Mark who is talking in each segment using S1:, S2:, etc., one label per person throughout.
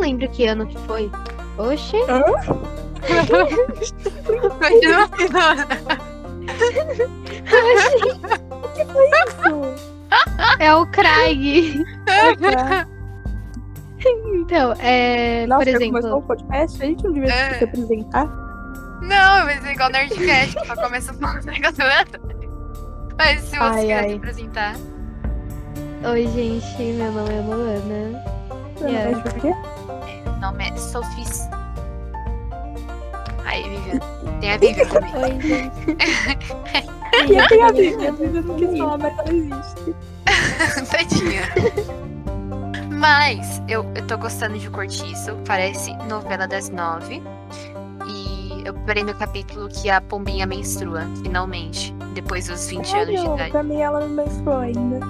S1: lembro que ano que foi. Oxe.
S2: Continua Fernanda.
S3: Isso.
S1: É o Craig.
S3: Opa.
S1: Então, é,
S3: Nossa,
S1: por
S3: já
S1: exemplo.
S3: começou o podcast, a gente não devia
S2: É.
S3: se apresentar.
S2: Não, mas é igual Nerdcast, que só começa falando negócio Mas se você
S1: Ai,
S2: quiser
S1: ai.
S2: se apresentar.
S1: Oi, gente. Meu nome é Luana. Yeah.
S3: Mas por quê?
S2: Meu nome é Sofis. Aí, Vivian. Tem a Vivian também.
S1: Oi, gente.
S3: E eu tenho a Bíblia, a Bíblia não quis falar, mas ela existe.
S2: Tadinha. Mas eu, eu tô gostando de Cortiço, parece novela das nove. E eu parei no capítulo que a pombinha menstrua, finalmente. Depois dos 20 anos de
S3: Sério,
S2: idade.
S3: pra mim ela não menstruou ainda.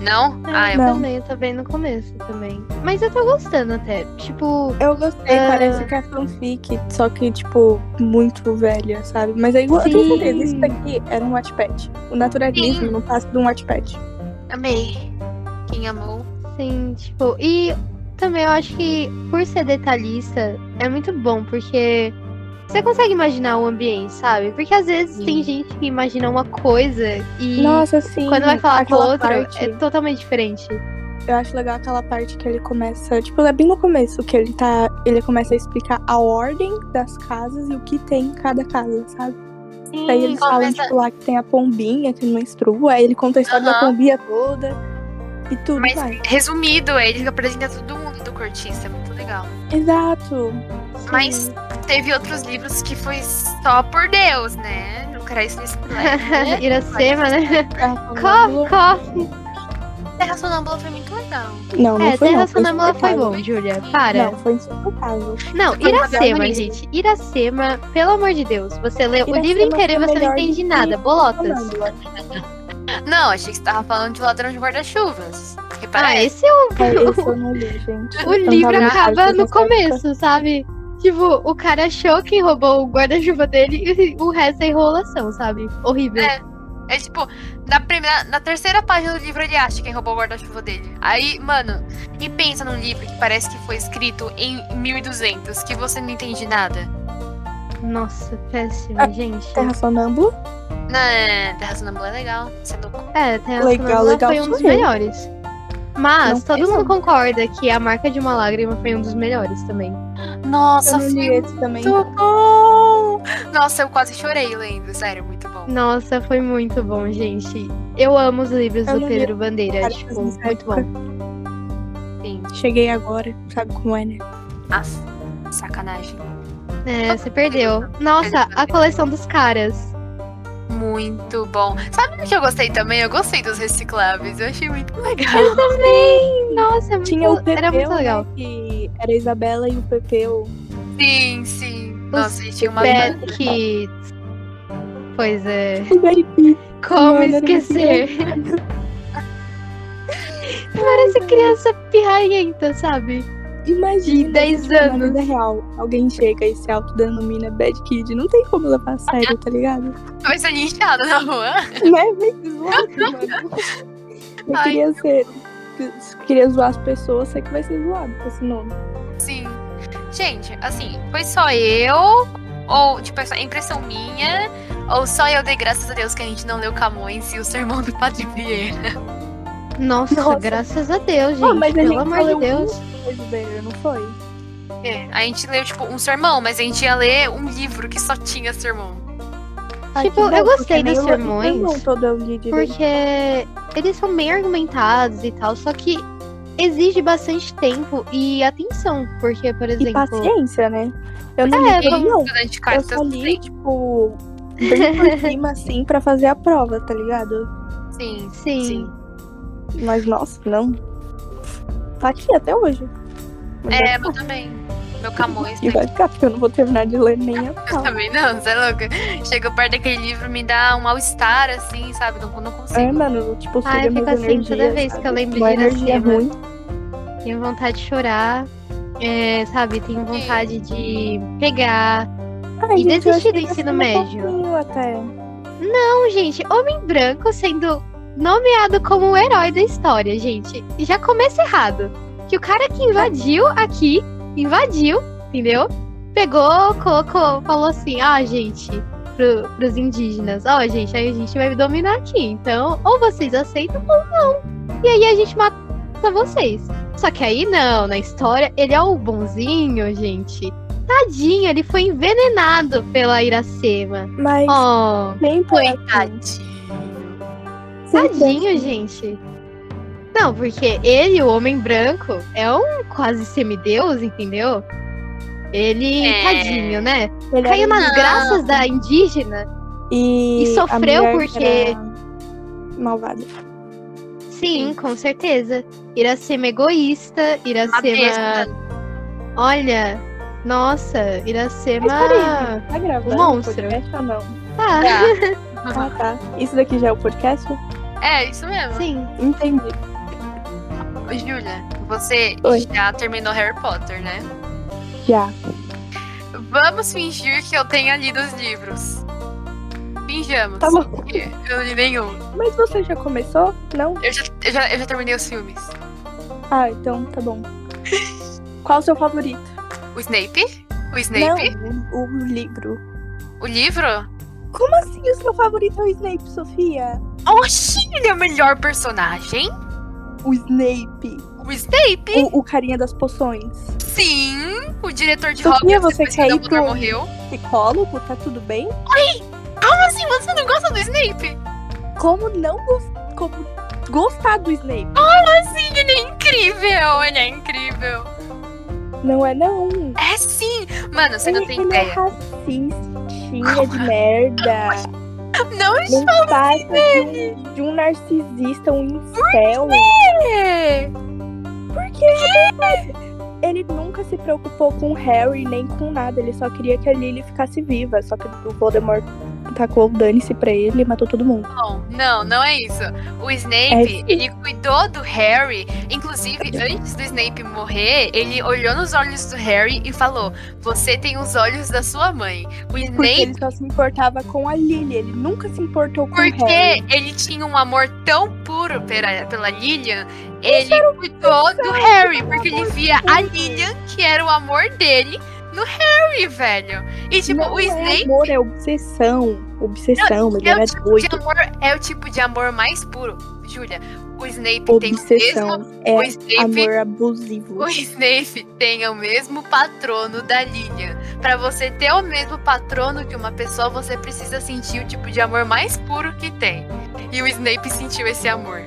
S2: Não? Ah, eu
S3: Não.
S1: Também, é né? eu tô bem no começo também. Mas eu tô gostando até. Tipo,
S3: Eu gostei,
S1: Ah.
S3: parece que é fanfic, só que, tipo, muito velha, sabe? Mas é igual, eu tenho
S1: Sim.
S3: certeza, isso daqui era um Wattpad. O naturalismo
S2: Sim.
S3: não passa de um Wattpad.
S2: amei. Quem amou?
S1: Sim, tipo, e também eu acho que por ser detalhista é muito bom, porque você consegue imaginar o ambiente, sabe? Porque às vezes
S2: Sim.
S1: tem gente que imagina uma coisa e
S3: Nossa, sim.
S1: quando vai falar com o
S3: aquela
S1: outro
S3: parte,
S1: é totalmente diferente.
S3: Eu acho legal aquela parte que ele começa, tipo, é bem no começo, que ele tá. Ele começa a explicar a ordem das casas e o que tem em cada casa, sabe? Daí eles falam,
S2: começa-
S3: tipo, lá que tem a pombinha que não menstrua, aí ele conta a história da
S2: Aham.
S3: pombinha toda e tudo
S2: Mas-
S3: mais.
S2: Resumido, ele apresenta todo mundo do cortiço, é muito legal.
S3: Exato.
S2: Mas teve outros livros que foi só por Deus, né? Não quero isso nesse
S1: É,
S2: né?
S1: Iracema, né?
S3: Como?
S1: Cof, cof.
S2: Terra Sonâmbula foi muito legal.
S3: Não, não
S1: É,
S3: foi não,
S1: Terra
S3: foi
S1: Sonâmbula foi
S3: insuportável.
S1: bom, Júlia. Para.
S3: Não, foi insuportável.
S1: Não,
S2: Foi uma
S1: Iracema,
S2: delícia.
S1: gente. Iracema, pelo amor de Deus. Você lê o
S3: Iracema
S1: livro inteiro e
S3: foi
S1: você não
S3: melhor do
S1: entende
S3: que
S1: nada. Bolotas. Ah,
S2: Não, achei que você tava falando de ladrão de guarda-chuvas. Repara,
S1: Ah,
S2: aí.
S1: esse é
S3: É,
S1: o,
S3: esse eu não li, gente.
S1: O
S3: Eu não
S1: livro
S3: tava na
S1: acaba
S3: parte
S1: no
S3: dessa época.
S1: começo, sabe? Tipo, o cara achou quem roubou o guarda-chuva dele e o resto é enrolação, sabe? Horrível.
S2: É. é tipo, na, primeira, na terceira página do livro ele acha quem roubou o guarda-chuva dele. Aí, mano, e pensa num livro que parece que foi escrito em 1200, que você não entende nada.
S1: Nossa, péssimo, gente.
S3: Terra Sonâmbula?
S2: Né, Terra Sonâmbula é legal, você é louco.
S1: É, Terra legal,
S3: Legal, legal
S1: foi um dos
S3: sou eu.
S1: melhores. Mas
S3: Não
S1: todo
S3: fez
S1: mundo
S3: nada.
S1: concorda que A Marca de uma Lágrima foi um dos melhores também.
S2: Nossa,
S3: Eu não li
S2: foi
S3: esse também.
S2: muito bom! Nossa, eu quase chorei lendo, sério, muito bom.
S1: Nossa, foi muito bom, gente. Eu amo os livros
S3: Eu
S1: do
S3: não li
S1: Pedro Bandeira,
S3: Cara,
S1: tipo,
S3: mas nessa
S1: muito bom.
S2: Sim.
S3: Cheguei agora, sabe como é, né?
S2: Ah, sacanagem.
S1: É, você perdeu. Nossa, a coleção dos caras.
S2: Muito bom. Sabe o que eu gostei também? Eu gostei dos recicláveis. Eu achei muito legal.
S1: Eu também! Nossa, é muito-
S3: Tinha o Pepeu,
S1: era muito
S3: né,
S1: legal.
S3: que era a Isabela e o Pepeu.
S2: Sim, sim. Nossa, e tinha uma
S1: Bad Kids. Pois é. Como
S3: Mano, era muito
S1: esquecer? Parece criança pirraenta, sabe?
S3: Imagina,
S1: De 10
S3: tipo, na
S1: anos.
S3: vida real, alguém chega e se autodenomina Bad Kid. Não tem como levar a sério, tá ligado?
S2: Vai ser linchada na rua.
S3: né? Bem zoado, mano. Eu
S2: Ai,
S3: queria ser... se Queria zoar as pessoas, sei que vai ser zoado com esse nome.
S2: Sim. Gente, assim, foi só eu? Ou, tipo, é só impressão minha? Ou só eu dei graças a Deus que a gente não leu Camões e o sermão do Padre Vieira?
S1: Nossa,
S3: Nossa.
S1: graças a Deus, gente.
S3: Ah, mas a
S1: pelo
S3: gente
S1: amor
S3: só
S1: de
S3: leu
S1: Deus.
S3: Foi Zubeira, não foi?
S2: É, a gente leu, tipo, um sermão, mas a gente ia ler um livro que só tinha sermão.
S3: Ah,
S1: Tipo,
S3: que bom,
S1: eu
S3: porque
S1: gostei
S3: nem
S1: dos
S3: eu-
S1: sermões,
S3: nem eu todo eu li direito.
S1: Porque eles são bem argumentados e tal, só que exige bastante tempo e atenção. Porque, por
S3: E
S1: exemplo.
S3: paciência, né? Eu não
S1: É,
S3: li todo,
S1: vamos-
S3: não.
S2: Durante
S3: Eu
S2: cartas
S3: só li,
S1: assim.
S3: tipo, bem por cima, assim, pra fazer a prova, tá ligado?
S2: Sim,
S1: Sim.
S2: sim.
S3: Mas, nossa, não. Tá aqui até hoje. Mas
S2: É,
S3: vai
S2: eu também. Meu Camões.
S3: ficar. E
S2: tá
S3: vai ficar, porque eu não vou terminar de ler nem a
S2: Eu
S3: pau.
S2: também não, você é louca. Chego perto daquele livro, me dá um mal-estar, assim, sabe? Não, não consigo.
S3: É, mano, tipo,
S1: Ah,
S3: suga
S1: eu fico
S3: minhas
S1: assim toda
S3: energias,
S1: vez que eu
S3: sabe?
S1: lembro
S3: Uma
S1: de né?
S3: energia
S1: Iracema.
S3: ruim.
S1: Tenho vontade de chorar. é, sabe, tenho vontade de pegar.
S3: Ai,
S1: E
S3: gente, eu
S1: desistir
S3: achei
S1: do ensino
S3: Iracema
S1: médio.
S3: fofinho um Até.
S1: Então, gente, homem branco sendo nomeado como o herói da história, gente. Já começa errado. Que o cara que invadiu aqui invadiu, entendeu? Pegou, colocou, falou assim: ó, gente, pro, pros indígenas, ó, gente, aí a gente vai dominar aqui. Então, ou vocês aceitam ou não. E aí a gente mata vocês. Só que aí não, na história, ele é o bonzinho, gente. Tadinho, ele foi envenenado pela Iracema.
S3: Mas
S1: Oh,
S3: nem assim. por aqui.
S2: Coitadinho.
S1: tadinho, gente. Não, porque ele, o homem branco, é um quase semideus, entendeu? Ele,
S2: É.
S1: tadinho, né?
S3: Ele
S1: Caiu
S3: era-
S1: nas
S2: Não.
S1: graças da indígena.
S3: E,
S1: e
S3: a
S1: sofreu
S3: mulher
S1: porque-
S3: era Malvada.
S1: Sim, com certeza. Iracema egoísta,
S2: Uma
S1: Iracema.
S2: besta.
S1: Olha, nossa, Iracema.
S3: Mas peraí, tá gravando? é
S1: monstro.
S3: o podcast ou não?
S1: Tá,
S3: Ah, tá. Isso daqui já é o podcast?
S2: É, isso mesmo.
S1: sim.
S3: Entendi.
S2: Ô, Júlia, você
S3: Oi.
S2: já terminou Harry Potter, né?
S3: Já.
S2: Vamos fingir que eu tenha lido os livros. Finjamos.
S3: Tá bom.
S2: Porque Eu não li nenhum.
S3: Mas você já começou? Não?
S2: Eu já, eu já, eu já terminei os filmes.
S3: Ah, então tá bom. Qual o seu favorito?
S2: O Snape? O Snape?
S3: Não, o livro.
S2: O livro?
S3: Como assim o seu favorito é o Snape, Sofia?
S2: Oxi, ele é o melhor personagem.
S3: O Snape.
S2: O Snape?
S3: O, o carinha das poções.
S2: Sim. O diretor de
S3: Sofia,
S2: Hogwarts
S3: você
S2: depois que
S3: quer ir
S2: Dumbledore
S3: pro-
S2: morreu.
S3: Psicólogo, tá tudo bem?
S2: Como assim? Você não gosta do Snape?
S3: Como não gos- como gostar do Snape?
S2: Sim, ele é incrível. Ele é incrível.
S3: Não é não.
S2: É sim. Mano, você não
S3: Ele-
S2: tem
S3: ele é
S2: ideia.
S3: racistinha de merda.
S2: Não
S3: Não passa de um, de um narcisista, um incel.
S2: é.
S3: Porque é verdade. ele nunca se preocupou com o Harry nem com nada. Ele só queria que a Lily ficasse viva. Só que o Voldemort tacou o dane-se pra ele e matou todo mundo.
S2: Não, não, não é isso. O
S3: É
S2: Snape,
S3: sim.
S2: ele cuidou do Harry. Inclusive, antes do Snape morrer, ele olhou nos olhos do Harry e falou: Você tem os olhos da sua mãe. O
S3: Porque
S2: Snape,
S3: ele só se importava com a Lily. Ele nunca se importou com o Harry.
S2: porque ele tinha um amor tão puro pela, pela Lillian, ele cuidou do
S3: um
S2: Harry, porque ele via a Lillian, que era o amor dele, no Harry, velho. E tipo,
S3: Não
S2: o
S3: É
S2: Snape.
S3: amor é obsessão. Obsessão. ele
S2: É
S3: era
S2: o, tipo de
S3: doido.
S2: amor, é o tipo de amor mais puro. Júlia, o Snape tem o mesmo
S3: Obsessão.
S2: O
S3: É
S2: Snape,
S3: amor abusivo.
S2: o Snape tem o mesmo patrono da Lilian. Pra você ter o mesmo patrono que uma pessoa, você precisa sentir o tipo de amor mais puro que tem. E o Snape sentiu esse amor.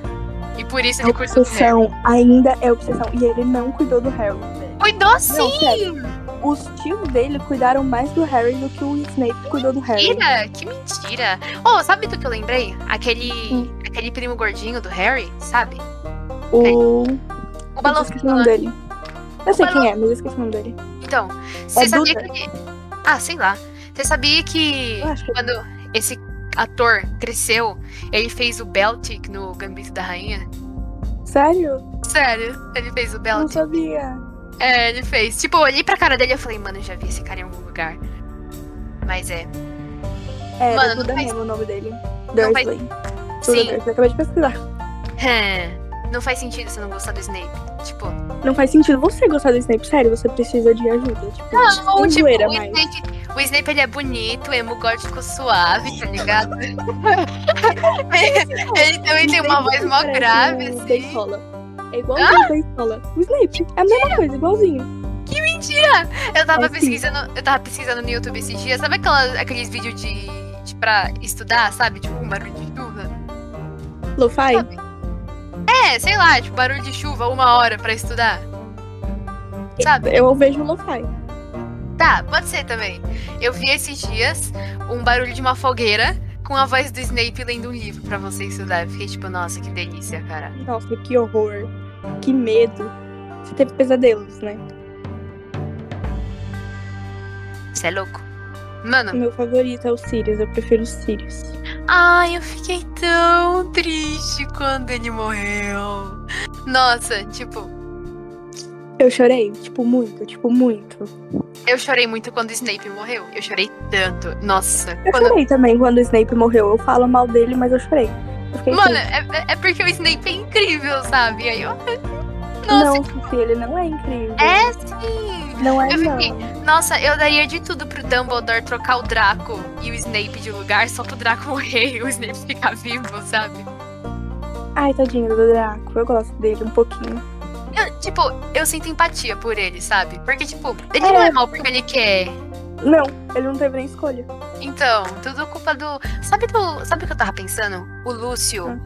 S2: E por isso
S3: A
S2: ele cuidou do Harry.
S3: É obsessão ainda é obsessão. E ele não cuidou do Harry. velho.
S2: Cuidou
S3: é um Não,
S2: sim!
S3: sério. Os tios dele cuidaram mais do Harry do que o Snape cuidou do Harry.
S2: Mentira, que mentira. Oh, sabe do que eu lembrei? Aquele,
S3: Hum.
S2: aquele primo gordinho do Harry, sabe?
S3: O.
S2: O
S3: Eu
S2: balão.
S3: esqueci o nome dele. Eu sei
S2: Balão-
S3: quem é, mas eu esqueci o nome dele. É
S2: Então, você sabia
S3: Duda?
S2: que. Ah, sei lá. Você sabia que.
S3: Eu acho que é-
S2: quando esse ator cresceu, ele fez o Beltic no Gambito da Rainha.
S3: Sério?
S2: Sério, ele fez o
S3: Não
S2: Beltic.
S3: sabia.
S2: É, ele fez. Tipo, eu olhei pra cara dele e eu falei, mano, eu já vi esse cara em algum lugar. Mas é.
S3: É,
S2: Mano,
S3: Mano,
S2: não
S3: Duda
S2: faz-
S3: Remo o nome dele.
S2: Não faz-
S3: Dursley. Duda
S2: Sim.
S3: Dursley. Acabei de pesquisar.
S2: É, Não faz sentido você não gostar do Snape. Tipo,
S3: Não faz sentido você gostar do Snape, sério, você precisa de ajuda. Tipo,
S2: não,
S3: tem
S2: tipo,
S3: zoeira,
S2: o
S3: mas-
S2: Snape, o Snape ele é bonito, emo gótico suave, tá ligado? ele também tem uma voz mó
S3: Parece um
S2: grave, Ah!
S3: o
S2: assim.
S3: Beisola. É igualzinho o Beisola. O Snape é a mesma coisa, igualzinho.
S2: Eu tava
S3: Assim.
S2: pesquisando, eu tava pesquisando no YouTube esses dias, sabe aquela, aqueles vídeos de, de pra estudar, sabe? Tipo, um barulho de chuva.
S3: Lo-fi?
S2: Sabe? É, sei lá, tipo, barulho de chuva, uma hora pra estudar. Sabe?
S3: Eu vejo lo-fi.
S2: Tá, pode ser também. Eu vi esses dias um barulho de uma fogueira com a voz do Snape lendo um livro pra você estudar. Eu fiquei tipo, nossa, que delícia, cara.
S3: Nossa, que horror. Que medo. Você teve pesadelos, né?
S2: Você é louco. Mano,
S3: Meu favorito é o Sirius, eu prefiro o Sirius.
S2: Ai, eu fiquei tão triste quando ele morreu. Nossa, tipo,
S3: Eu chorei, tipo, muito, tipo, muito.
S2: eu chorei muito quando o Snape morreu. Eu chorei tanto. Nossa,
S3: Eu
S2: quando.
S3: chorei também quando o Snape morreu. Eu falo mal dele, mas eu chorei. Eu fiquei
S2: Mano,
S3: triste.
S2: é, é- é porque o Snape é incrível, sabe? Aí eu. Nossa,
S3: assim, não, Sofia, ele não é incrível.
S2: é sim!
S3: Não é
S2: Eu
S3: não.
S2: fiquei- Nossa, eu daria de tudo pro Dumbledore trocar o Draco e o Snape de lugar só pro Draco morrer e o Snape ficar vivo, sabe?
S3: Ai, tadinho do Draco. Eu gosto dele um pouquinho.
S2: Eu, tipo, eu sinto empatia por ele, sabe? Porque, tipo, ele
S3: É.
S2: não é mal porque ele quer.
S3: Não, ele não teve nem escolha.
S2: Então, tudo culpa do. Sabe do. Sabe o que eu tava pensando? O Lúcio.
S3: Hum.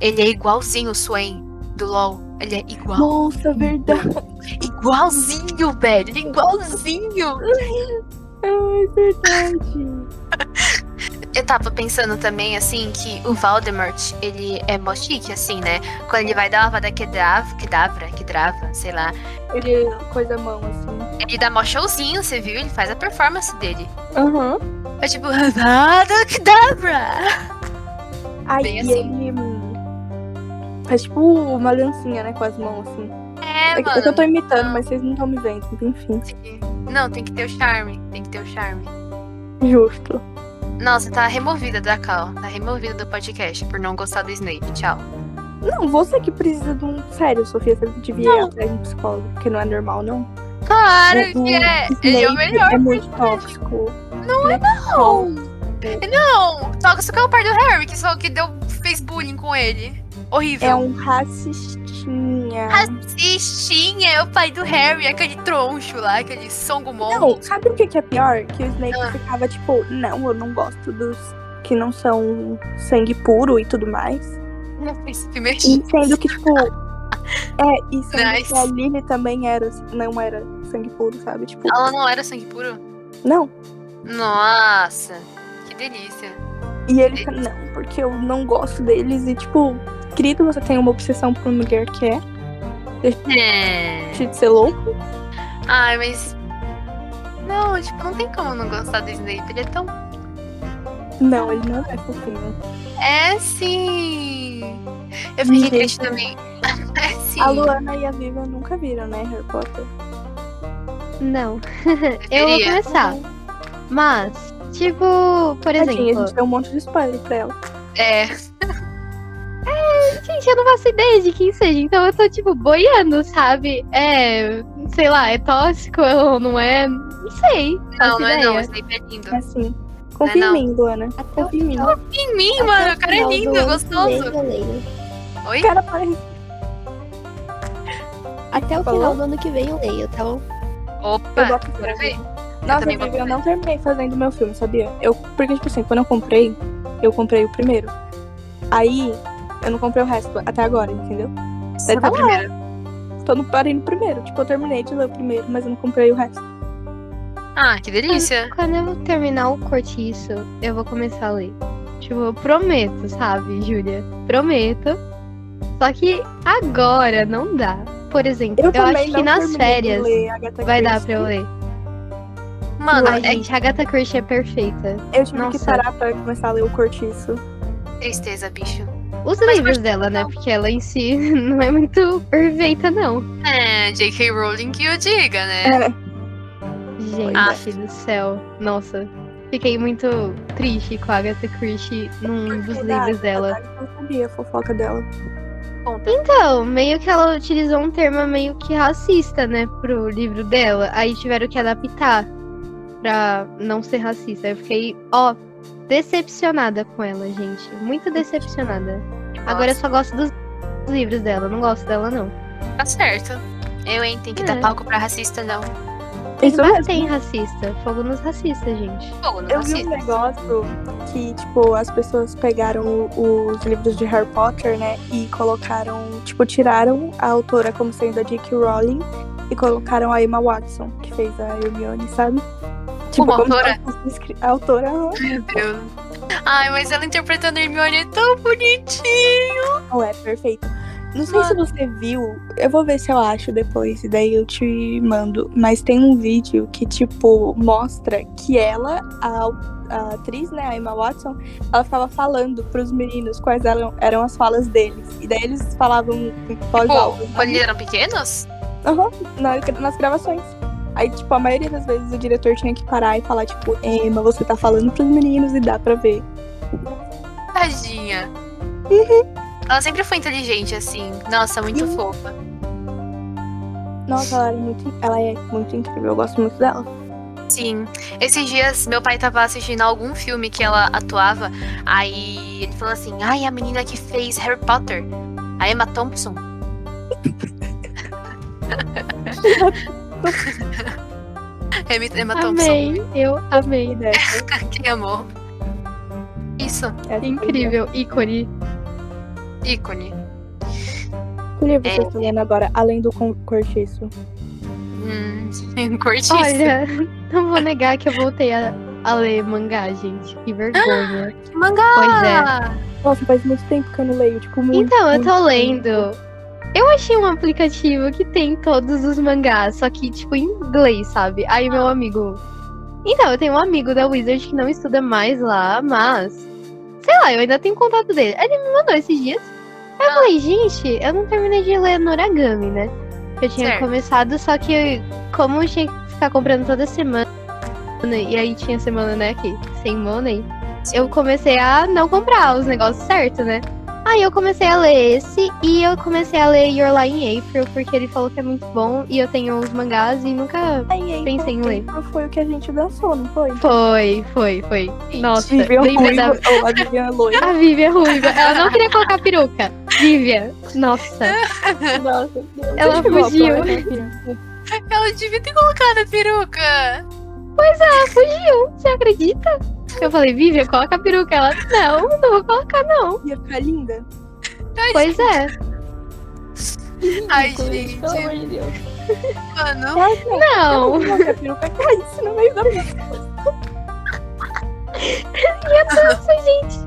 S2: Ele é igualzinho o Swain do LOL. Ele é igual.
S3: Nossa, verdade.
S2: Igualzinho, velho. Ele é igualzinho.
S3: Ai, verdade.
S2: Eu tava pensando também, assim, que o Valdemort, ele é mó chique, assim, né? Quando ele vai dar uma vada quedrava, quedrava, quedrava, sei lá.
S3: Ele é coisa a mão, assim.
S2: Ele dá mó showzinho, você viu? Ele faz a performance dele.
S3: Aham.
S2: É tipo, vada quedrava.
S3: Aí
S2: Bem assim.
S3: ele. hum, Faz tipo uma dancinha, né? Com as mãos, assim.
S2: É,
S3: É que- é que eu tô
S2: mano.
S3: imitando, mas vocês não estão me vendo, então, enfim.
S2: Não, tem que ter o charme, tem que ter o charme.
S3: Justo.
S2: Nossa, tá removida da Cal, tá removida do podcast por não gostar do Snape, tchau.
S3: Não, você que precisa de um. Sério, Sofia, você devia ir atrás de um psicólogo, porque não é normal, não.
S2: Claro
S3: Uhum.
S2: que é,
S3: Snape
S2: ele é o melhor.
S3: É muito tóxico. Não é,
S2: não. Não, só que só que é o pai do Harry, que só que deu, fez bullying com ele. Horrível.
S3: É um racistinha.
S2: Cistinha é o pai do Harry, aquele troncho lá, aquele songumon.
S3: Não, sabe o que que é pior? Que o Snape
S2: Ah.
S3: ficava tipo, não, eu não gosto dos que não são sangue puro e tudo mais.
S2: Não, príncipe mexido.
S3: E sendo que, tipo. É, e sendo
S2: Nice.
S3: que a Lily também era, não era sangue puro, sabe? Tipo,
S2: Ela não era sangue puro?
S3: não.
S2: Nossa, que delícia.
S3: E ele, não, porque eu não gosto deles. E, tipo, querido, você tem uma obsessão por uma mulher que é
S2: É.
S3: de ser louco.
S2: Ai, mas. Não, tipo, não tem como não gostar do Snape. Ele é tão.
S3: Não, ele não é fofinho.
S2: É sim! Eu fiquei
S3: Gente.
S2: triste também. É sim.
S3: A Luana e a Vivian nunca viram, né, Harry Potter?
S1: Não. Eu vou
S2: Deveria.
S1: começar. Mas, tipo, Tá, por
S3: Tadinha, a
S1: exemplo.
S3: gente deu um monte de spoiler pra ela.
S2: É.
S1: Gente, eu não faço ideia de quem seja, então eu tô, tipo, boiando, sabe? É, sei lá, é tóxico ou não é? Não sei.
S2: Não,
S1: faço
S2: não é não.
S1: ideia.
S2: O Snape é lindo.
S3: Assim. Confia
S2: Não é
S3: em mim, Luana.
S4: Até o
S3: Confia em mim.
S2: Em mim, mano. O cara é lindo, gostoso. Oi?
S3: O cara parece.
S4: Até o
S3: Falou?
S4: final do ano que vem eu leio, tá bom?
S3: Eu
S2: Opa,
S3: boto
S2: bora ver.
S3: Nossa,
S2: também
S3: Vivi,
S2: vou
S3: eu não terminei fazendo meu filme, sabia? Eu, porque, tipo assim, quando eu comprei, eu comprei o primeiro. Aí, eu não comprei o resto até agora, entendeu?
S2: Só
S3: tá
S2: da
S3: lá.
S2: primeira.
S3: Tô no, parei no primeiro. Tipo, eu terminei de ler o primeiro, mas eu não comprei o resto.
S2: Ah, que delícia.
S1: Quando eu terminar o cortiço, eu vou começar a ler. Tipo, eu prometo, sabe, Júlia? Prometo. Só que agora não dá. Por exemplo, eu, acho que nas férias vai dar pra eu ler.
S2: Mano,
S1: Ai,
S2: é
S1: gente, a Agatha Christie é perfeita.
S3: Eu tive que
S1: Nossa.
S3: parar pra começar a ler o Cortiço.
S2: é tristeza, bicho.
S1: Os
S2: Mas
S1: livros
S2: acho que
S1: dela, né?
S2: não.
S1: Porque ela em si não é muito perfeita, não.
S2: É, J.K. Rowling que o diga, né?
S3: É.
S1: Gente
S2: Ah.
S1: do céu. Nossa. Fiquei muito triste com a Agatha Christie num dos livros dela.
S3: Eu não sabia a fofoca dela.
S2: Conta.
S1: Então, meio que ela utilizou um termo meio que racista, né, pro livro dela. Aí tiveram que adaptar pra não ser racista. Eu fiquei, ó, decepcionada com ela, gente. Muito decepcionada. Agora eu
S2: Nossa,
S1: só gosto dos livros dela, não gosto dela, não.
S2: tá certo. Eu, hein, tem que
S1: É.
S2: dar palco pra racista, não.
S1: Tem,
S3: Isso mesmo.
S1: tem racista. Fogo nos racistas, gente.
S2: Fogo no
S3: Eu vi um
S2: racista.
S3: negócio que, tipo, as pessoas pegaram o- os livros de Harry Potter, né? E colocaram, tipo, tiraram a autora como sendo a J.K. Rowling e colocaram a Emma Watson, que fez a Hermione, sabe? Tipo,
S2: Como
S3: se
S2: autora?
S3: ela fosse escri- A autora.
S2: Meu Deus. Ai, mas ela interpretando a Hermione é tão bonitinho.
S3: Não é, perfeito. Não sei se você viu, eu vou ver se eu acho depois, e daí eu te mando. Mas tem um vídeo que, tipo, mostra que ela, a, au- a atriz, né, a Emma Watson, ela ficava falando pros meninos quais eram, eram as falas deles. E daí eles falavam em voz
S2: Pô,
S3: alta, sabe?
S2: quando eles eram pequenos?
S3: Aham, na- nas gravações. Aí, tipo, a maioria das vezes o diretor tinha que parar e falar, tipo, Emma, você tá falando pros meninos e dá pra ver.
S2: Tadinha. Uhum. Ela sempre foi inteligente, assim. Nossa, muito
S3: Uhum.
S2: fofa.
S3: Nossa, ela, era muito, ela é muito incrível, eu gosto muito dela.
S2: Sim. Esses dias, meu pai tava assistindo algum filme que ela atuava. Aí ele falou assim: Ai, a menina que fez Harry Potter, a Emma Thompson. Emma Emma Thompson,
S1: Amei, eu amei. né?
S3: Ideia.
S2: que amor. Isso,
S3: Essa
S1: Incrível, ícone.
S2: ícone.
S3: Que livro
S1: É.
S3: você tá lendo agora, além do con- cortiço?
S2: Hum, cortiço.
S1: Olha, não vou negar que eu voltei a, a ler mangá, gente. Que vergonha.
S2: que mangá!
S1: Pois é.
S3: Nossa, faz muito tempo que eu não leio, tipo, muito.
S1: Então, eu
S3: muito
S1: tô
S3: tempo.
S1: lendo. Eu achei um aplicativo que tem todos os mangás, só que, tipo, em inglês, sabe? Aí meu amigo. Então, eu tenho um amigo da Wizard que não estuda mais lá, mas. Sei lá, eu ainda tenho contato dele. Ele me mandou esses dias. Aí eu falei, gente, eu não terminei de ler Noragami, né? Eu tinha
S2: Certo.
S1: começado, só que como eu tinha que ficar comprando toda semana, e aí tinha semana, né, que sem money, eu comecei a não comprar os negócios certos, né? Aí eu comecei a ler esse e eu comecei a ler Your Lie in April, porque ele falou que é muito bom e eu tenho os mangás e nunca.
S3: Aí, aí,
S1: Pensei em ler.
S3: é, então, Foi o que a gente dançou, não foi? um
S1: Foi, foi, foi. Nossa,
S3: Vivian
S1: lembra da.
S3: Ruivo, ou a Vivian Loira.
S1: A Vivian Ruiva, ela não queria colocar peruca. Vivian, nossa.
S3: Nossa,
S1: Ela
S3: Você chegou a
S1: fugiu.
S3: falar da Vivian?
S2: Ela devia ter colocado a peruca.
S1: Ela fugiu, você acredita? Eu falei, Vivian, coloca a peruca. Ela, não, não vou colocar, não.
S3: Ia ficar é linda.
S2: Tá
S1: Pois é.
S2: Ai,
S3: Ridículo,
S2: gente.
S3: Pelo amor de Deus.
S2: Mano,
S3: Ela que
S1: Não.
S3: a peruca caísse no meio da é minha. é
S1: Nossa, gente.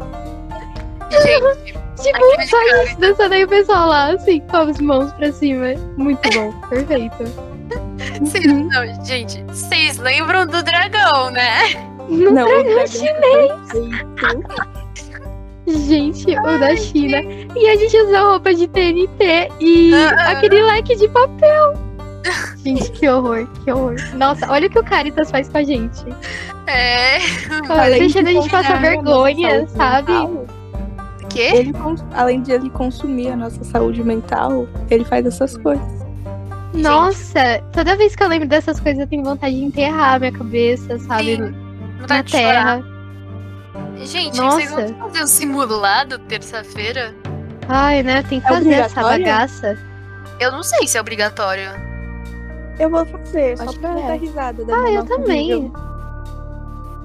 S2: gente,
S1: Tipo, só isso, dançando aí o pessoal lá, assim, com as mãos pra cima. Muito bom, perfeito.
S2: vocês não, gente, vocês lembram do dragão, né?
S1: Não,
S3: Não,
S1: dragão
S3: o dragão
S1: chinês.
S3: perfeito.
S1: Gente, o da China. E a gente usou roupa de TNT e
S2: Ah, ah.
S1: aquele leque de papel. Gente, que horror, que horror. Nossa, olha o que o Caritas faz com a gente.
S2: É.
S3: Além
S1: Deixando a
S3: de
S1: gente passar
S3: consumir a nossa
S1: vergonha,
S3: saúde
S1: sabe?
S3: mental,
S2: Quê?
S3: Ele, cons- além de ele consumir a nossa saúde mental, ele faz essas coisas.
S1: Nossa, toda vez que eu lembro dessas coisas, eu tenho vontade de enterrar a minha cabeça, sabe?
S2: Sim,
S1: no-
S2: Vontade
S1: na
S2: de chorar.
S1: terra.
S2: Gente,
S1: Nossa.
S2: vocês vão fazer um simulado terça-feira?
S1: Ai, né? Tem que
S3: É
S1: fazer essa
S3: obrigatório?
S1: bagaça.
S2: Eu não sei se é obrigatório.
S3: Eu vou fazer,
S4: Acho
S3: só
S4: que
S3: pra
S4: é.
S3: dar risada.
S1: Ah, eu também.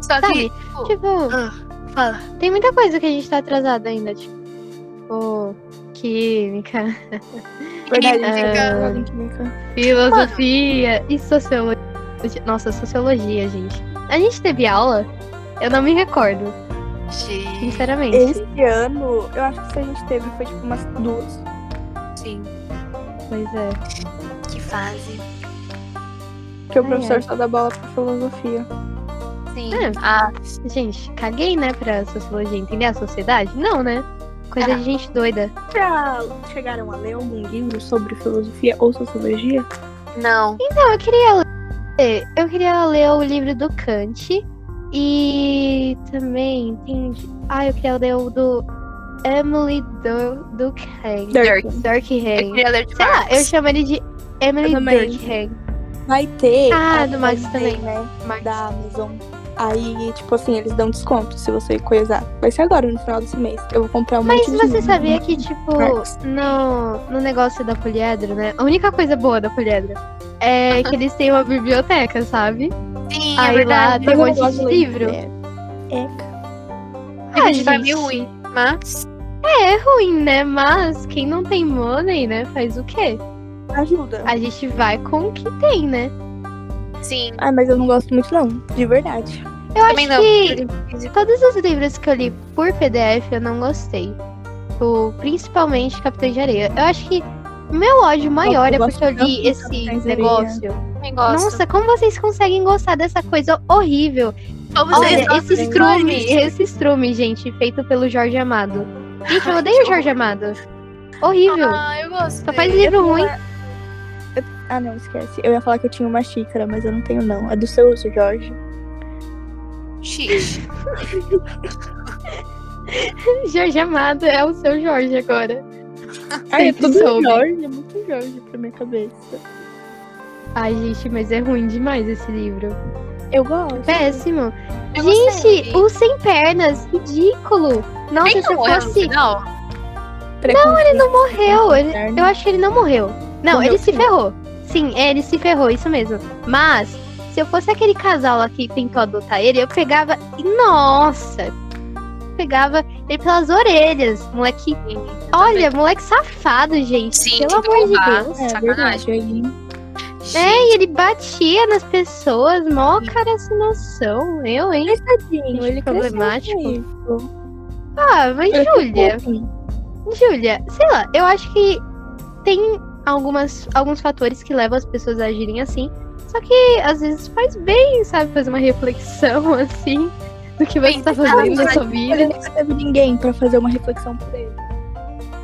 S2: Só
S1: Sabe?
S2: que.
S1: Tipo,
S2: Ah, fala.
S1: tem muita coisa que a gente tá atrasada ainda, tipo. Química,
S3: Verdade, é.
S2: Ih,
S1: fica-
S3: tem que brincar.
S1: filosofia e sociologia. Nossa, sociologia, gente. A gente teve aula? Eu não me recordo,
S2: Gente,
S1: sinceramente.
S3: Esse ano, eu acho que se a gente teve foi tipo umas duas.
S1: assim.
S2: sim,
S1: Pois é.
S2: que fase.
S3: Porque o
S1: Ai,
S3: professor
S1: ai.
S3: só dá bola pra filosofia.
S2: Sim.
S1: É.
S2: Ah,
S1: Gente, caguei, né, pra sociologia entender a sociedade? Não, né? Coisa
S3: Ah.
S1: de gente doida.
S3: Já chegaram a ler algum livro sobre filosofia ou sociologia?
S2: não.
S1: Não, eu queria ler. É, Eu queria ler o livro do Kant. E também tem. Ah, eu queria ler o do Emily du Durkheim.
S3: É
S2: Eu
S1: Durkheim.
S2: queria ler de
S1: Sei lá, eu
S2: Marx.
S1: chamo ele de Emily
S3: Eu também.
S1: Durkheim.
S3: Vai ter.
S1: Ah,
S3: a
S1: do Max
S3: Prime
S1: também.
S3: Day, né? Da Amazon. Aí, tipo assim, eles dão desconto se você coisar. Vai ser agora, no final desse mês. Eu vou comprar um
S1: Mas
S3: monte de
S1: você
S3: livro.
S1: sabia que, tipo,
S3: Marx.
S1: no, no negócio da Poliedro, né? A única coisa boa da Poliedro é que eles têm uma biblioteca, sabe?
S2: Sim, é
S1: Aí
S2: verdade.
S1: lá tem um
S3: Mas eu
S1: monte de
S3: gosto ler
S1: livro.
S3: É.
S2: A gente vai meio
S1: gente.
S2: ruim, mas.
S1: É ruim, né? Mas quem não tem money, né? Faz o quê?
S3: Ajuda.
S1: A gente vai com o que tem, né?
S2: Sim.
S3: Ah, mas eu não gosto muito, não. De verdade.
S1: Eu
S2: Também
S1: acho
S2: não.
S1: que todos os livros que eu li por PDF eu não gostei. Tipo, principalmente Capitã de Areia. Eu acho que meu ódio maior
S3: eu
S1: é
S3: gosto
S1: porque eu
S3: tanto
S1: li
S3: do
S1: esse
S3: Capitã de Areia.
S1: negócio.
S2: Também gosto.
S1: Nossa, como vocês conseguem gostar dessa coisa horrível?
S2: Só vocês
S1: Olha, é
S2: gostam
S1: esse
S2: de
S1: estrume,
S2: Marx.
S1: esse estrume, gente, feito pelo Jorge Amado. Gente, eu
S2: Ai,
S1: odeio o
S2: que
S1: Jorge Amado. Horrível.
S2: Ah, eu é. gosto.
S1: Só faz
S2: dele.
S1: livro ruim.
S3: Ah, não, esquece. Eu ia falar que eu tinha uma xícara, mas eu não tenho, não. É do seu uso, Jorge.
S2: X.
S1: Jorge Amado é o seu Jorge agora.
S3: Ah, é
S1: Sempre
S3: tudo
S1: soube.
S3: Jorge. É muito Jorge pra minha cabeça.
S1: Ai, gente, mas é ruim demais esse livro.
S3: Eu gosto.
S1: Péssimo.
S2: Eu
S1: gente,
S2: gostei.
S1: o Sem Pernas, ridículo. Nossa,
S2: Ele
S1: se eu
S2: não morreu um no
S1: fosse.
S2: final?
S3: Não, ele não
S1: Morreu. ele- Eu acho que ele não morreu. Não,
S3: Morreu
S1: ele se
S3: sim.
S1: ferrou. Sim, é, ele se ferrou, isso mesmo. Mas, se eu fosse aquele casal lá que tentou adotar ele, eu pegava. e, Nossa! Pegava ele pelas orelhas, moleque.
S3: Tá
S1: Olha, moleque safado, gente.
S2: Sim,
S1: pelo
S2: tem que
S1: amor de
S2: honrar.
S1: Deus.
S3: É verdade, aí
S1: É, e ele batia nas pessoas, mó cara sem noção. Eu, hein?
S3: Tadinho, ele
S1: Problemático.
S3: cresceu com isso.
S1: Ah, mas
S3: Eu fico
S1: Júlia,
S3: com-
S1: Júlia, sei lá, eu acho que tem algumas, alguns fatores que levam as pessoas a agirem assim. Só que às vezes faz bem, sabe, fazer uma reflexão assim do que você
S2: Sim,
S1: tá
S2: tá,
S1: fazendo na
S2: mas
S1: sua
S3: Ele
S1: vida.
S3: não teve ninguém pra fazer uma reflexão por ele.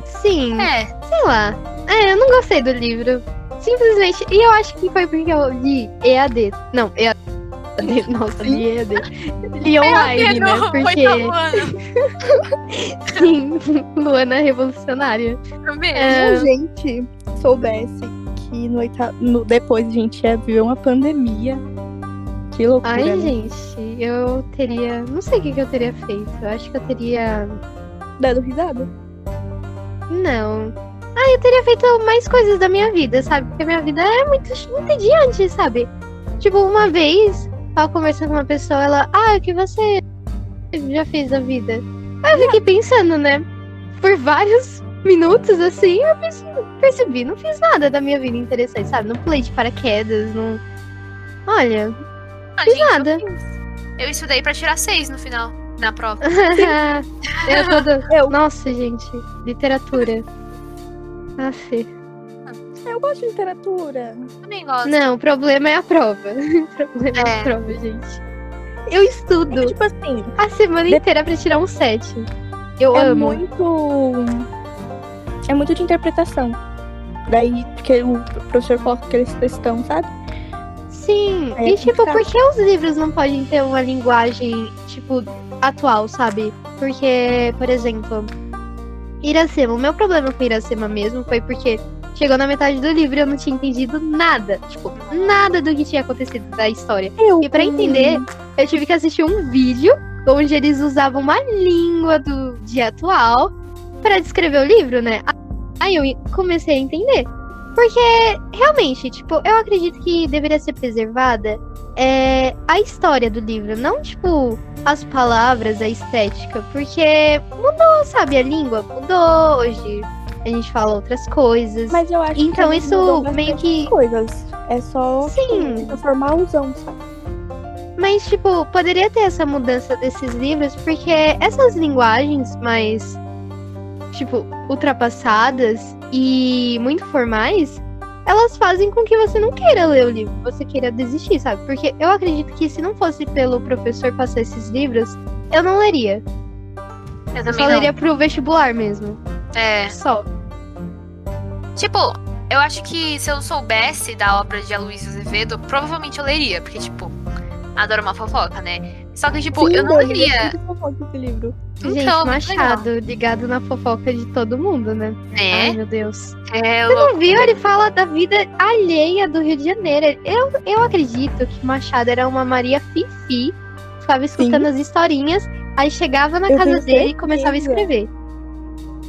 S1: Sim,
S2: É,
S1: sei lá. É, eu não gostei do livro. Simplesmente, e eu acho que foi porque eu li EAD. Não, EAD. Nossa, li EAD. Li online, né?
S2: É, não, foi da
S1: Porque,
S2: Luana.
S1: sim, Luana é revolucionária.
S2: Também.
S1: É.
S3: Se a gente soubesse que no oita- no- depois a gente ia viver uma pandemia, que loucura.
S1: Ai,
S3: né?
S1: gente, eu teria. Não sei o que, que eu teria feito. Eu acho que eu teria.
S3: Dando risada.
S1: Não. Ah, eu teria feito mais coisas da minha vida, sabe? Porque a minha vida é muito ch- entediante, sabe? Tipo, uma vez, tava conversando com uma pessoa, ela. Ah, o que você já fez da vida? Aí eu fiquei pensando, né? Por vários minutos, assim, eu perce- percebi. Não fiz nada da minha vida interessante, sabe? Não pulei de paraquedas, não. Olha.
S2: Ah,
S1: fiz
S2: gente, eu
S1: nada.
S2: fiz. Eu estudei pra tirar seis no final, na prova.
S1: eu todo...
S3: Eu.
S1: Nossa, gente, literatura. Aff.
S3: Eu gosto de literatura.
S2: Também gosto.
S1: Não, o problema é a prova. O problema é, a
S2: É.
S1: prova, gente. Eu estudo
S3: É que, tipo assim,
S1: a semana inteira pra tirar um 7. Eu
S3: é
S1: amo.
S3: muito. É muito de interpretação. Daí, porque o professor coloca aqueles textão, sabe?
S1: Sim.
S3: É
S1: e tipo,
S3: complicado.
S1: por que os livros não podem ter uma linguagem, tipo, atual, sabe? Porque, por exemplo, Iracema, o meu problema com Iracema mesmo foi porque chegou na metade do livro e eu não tinha entendido nada. Tipo, nada do que tinha acontecido da história.
S3: Eu.
S1: E pra entender, eu tive que assistir um vídeo onde eles usavam uma língua do dia atual pra descrever o livro, né? Aí eu comecei a entender. Porque, realmente, tipo, eu acredito que deveria ser preservada é, a história do livro, não, tipo, as palavras, a estética. Porque mudou, sabe, a língua mudou, hoje a gente fala outras coisas.
S3: Mas eu acho
S1: então,
S3: que eles
S1: isso
S3: mudam bastante
S1: meio que
S3: coisas. É só
S1: Sim.
S3: tipo, formalzão, sabe?
S1: Mas, tipo, poderia ter essa mudança desses livros, porque essas linguagens mais, tipo, ultrapassadas e muito formais, elas fazem com que você não queira ler o livro, você queira desistir, sabe? Porque eu acredito que se não fosse pelo professor passar esses livros, eu não leria.
S2: Eu
S1: Eu só
S2: também
S1: leria pro vestibular mesmo.
S2: não. É.
S1: Só.
S2: Tipo, eu acho que se eu soubesse da obra de Aloysio Azevedo, provavelmente eu leria, porque, tipo, adoro uma fofoca, né? Só que, tipo, eu não
S3: Sim, Deus,
S2: leria.
S3: muito fofoca esse livro.
S1: Gente,
S2: Então, muito
S1: Machado, ligado na fofoca de todo mundo, né? Ai,
S2: Né?
S1: meu Deus.
S2: É,
S1: Você
S2: louco.
S1: não viu? Ele fala da vida alheia do Rio de Janeiro. Eu, eu acredito que Machado era uma Maria Fifi, ficava escutando as historinhas, aí chegava na
S3: Eu
S1: casa
S3: tenho
S1: dele e começava a
S3: certeza.
S1: escrever.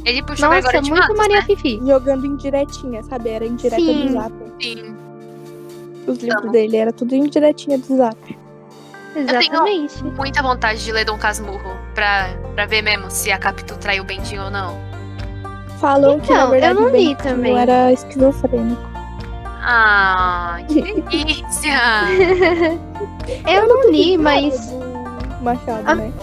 S2: Ele puxou o
S1: Nossa,
S2: Gregório de
S1: muito
S2: Matos,
S1: Maria
S2: né?
S1: Fifi.
S3: Jogando indiretinha, sabe? Era indireta
S1: Sim.
S3: do zap.
S2: Sim.
S3: Os livros dele era tudo indiretinha do zap.
S2: tenho-
S1: Exatamente.
S2: Muita vontade de ler Dom Casmurro pra, pra ver mesmo se a Capitu traiu o Bentinho ou não.
S3: Falam que na
S1: Então,
S3: verdade
S1: eu não
S3: o
S1: li
S3: Bentinho
S1: também.
S3: era esquizofrênico.
S2: Ah, que delícia!
S1: Eu não li,
S3: Nada
S1: mas
S3: do Machado,
S1: Ah.
S3: né?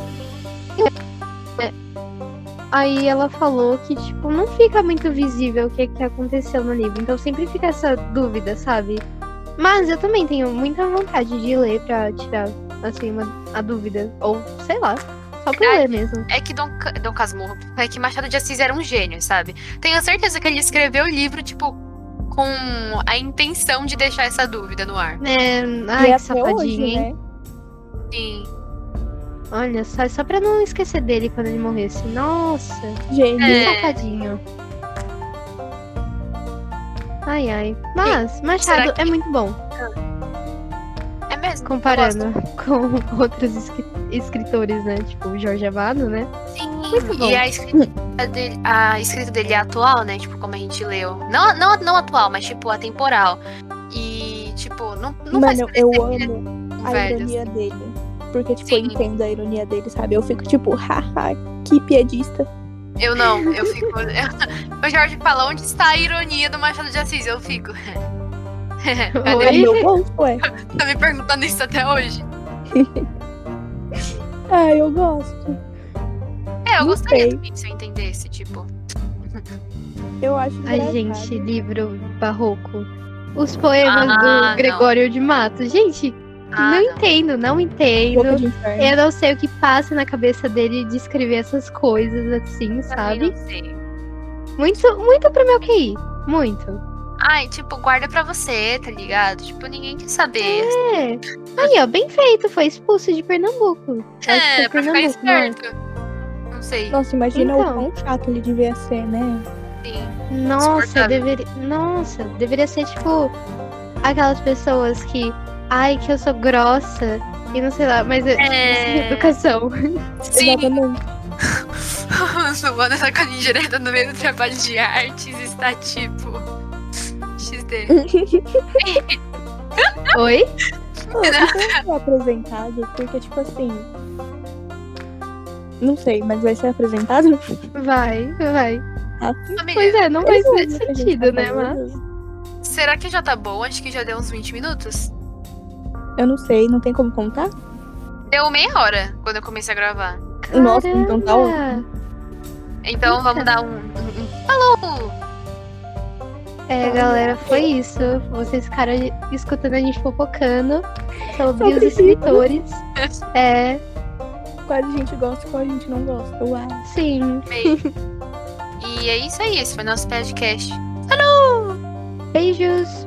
S1: aí ela falou que, tipo, não fica muito visível o que, que aconteceu no livro. Então sempre fica essa dúvida, sabe? Mas eu também tenho muita vontade de ler pra tirar, assim, uma, a dúvida. Ou, sei lá, só pra ler
S2: Verdade.
S1: mesmo.
S2: É que Dom, Ca- Dom Casmurro, é que Machado de Assis era um gênio, sabe? Tenho certeza que ele escreveu o livro, tipo, com a intenção de deixar essa dúvida no ar.
S1: É,
S3: e
S1: ai,
S3: até
S1: que safadinho,
S3: hoje,
S1: hein?
S3: né?
S2: Sim.
S1: Olha só, só pra não esquecer dele quando ele morresse. Nossa,
S3: Gênio.
S1: que
S2: É.
S1: safadinho. Ai, ai. Mas,
S2: será
S1: Machado é muito bom.
S2: É mesmo?
S1: Comparando com outros escri- escritores, né? Tipo, Jorge Amado, né?
S2: Sim,
S1: Muito bom.
S2: e a escrita, dele, a escrita dele é atual, né? Tipo, como a gente leu. Não, não, não atual, mas tipo, atemporal. E, tipo, não, não faz
S3: Mano, eu
S2: parecer que ele
S3: amo
S2: é tão
S3: a
S2: velho,
S3: ironia dele. Porque, tipo, eu
S2: Sim.
S3: entendo a ironia dele, sabe? Eu fico tipo, haha, que piadista.
S2: assim. Eu não, eu fico. o Jorge fala, onde está a ironia do Machado de Assis? Eu fico. Cadê?
S1: Oi?
S3: É meu gosto, ué.
S2: Tá me perguntando isso até hoje.
S3: Ah, eu gosto.
S2: É, eu
S3: Não
S2: gostaria
S3: sei.
S2: também que você entendesse, tipo.
S3: Eu acho
S1: Ai,
S3: engraçado.
S1: gente, livro barroco. Os poemas
S2: Ah, não.
S1: do Gregório de Matos. Gente, não
S2: Ah, não.
S1: entendo, não
S3: Boca
S1: entendo.
S3: de inferno.
S1: Eu não sei o que passa na cabeça dele de escrever essas coisas assim,
S2: também
S1: sabe?
S2: Não sei.
S1: Muito, muito pro meu QI. Muito.
S2: Ai, tipo, guarda pra você, tá ligado? Tipo, ninguém quer saber.
S1: É. Aí, ó, bem feito. Foi expulso de Pernambuco. Acho que
S2: É,
S1: foi
S2: pra ficar
S1: Pernambuco, não é?
S2: esperto. Não sei.
S3: Nossa, imagina o
S1: Então.
S3: quão chato ele devia ser, né?
S2: Sim.
S1: Nossa,
S2: Insuportável.
S1: deveria. Nossa, deveria ser tipo aquelas pessoas que. Ai, que eu sou grossa. E não sei lá, mas eu-
S2: É.
S1: educação.
S2: Sim,
S3: Exatamente.
S2: Luana tá com a indireta no meio do trabalho de artes está tipo. XD.
S1: Oi?
S3: Pô,
S2: ah,
S3: isso foi apresentado, porque, tipo assim. Não sei, mas vai ser apresentado?
S1: Vai, vai.
S3: Ah,
S1: Pois
S2: Família,
S1: é, não faz
S3: Eles vão
S1: muito
S3: ver o que a gente
S1: sentido,
S3: tá
S1: né, mas.
S3: falando.
S2: será que já tá bom? Acho que já deu uns 20 minutos.
S3: Eu não sei, não tem como contar?
S2: Deu meia hora quando eu comecei a gravar.
S3: Nossa, então tá ótimo.
S1: Caramba.
S2: Então vamos dar um. um- um- Falou!
S1: É, galera, foi isso. Vocês ficaram escutando a gente fofocando sobre os
S3: Sobre isso.
S1: escritores. É,
S3: Quais a gente gosta e quais a gente não gosta. Uau.
S1: sim.
S2: Meio. E é isso aí, esse foi nosso podcast.
S1: Beijos.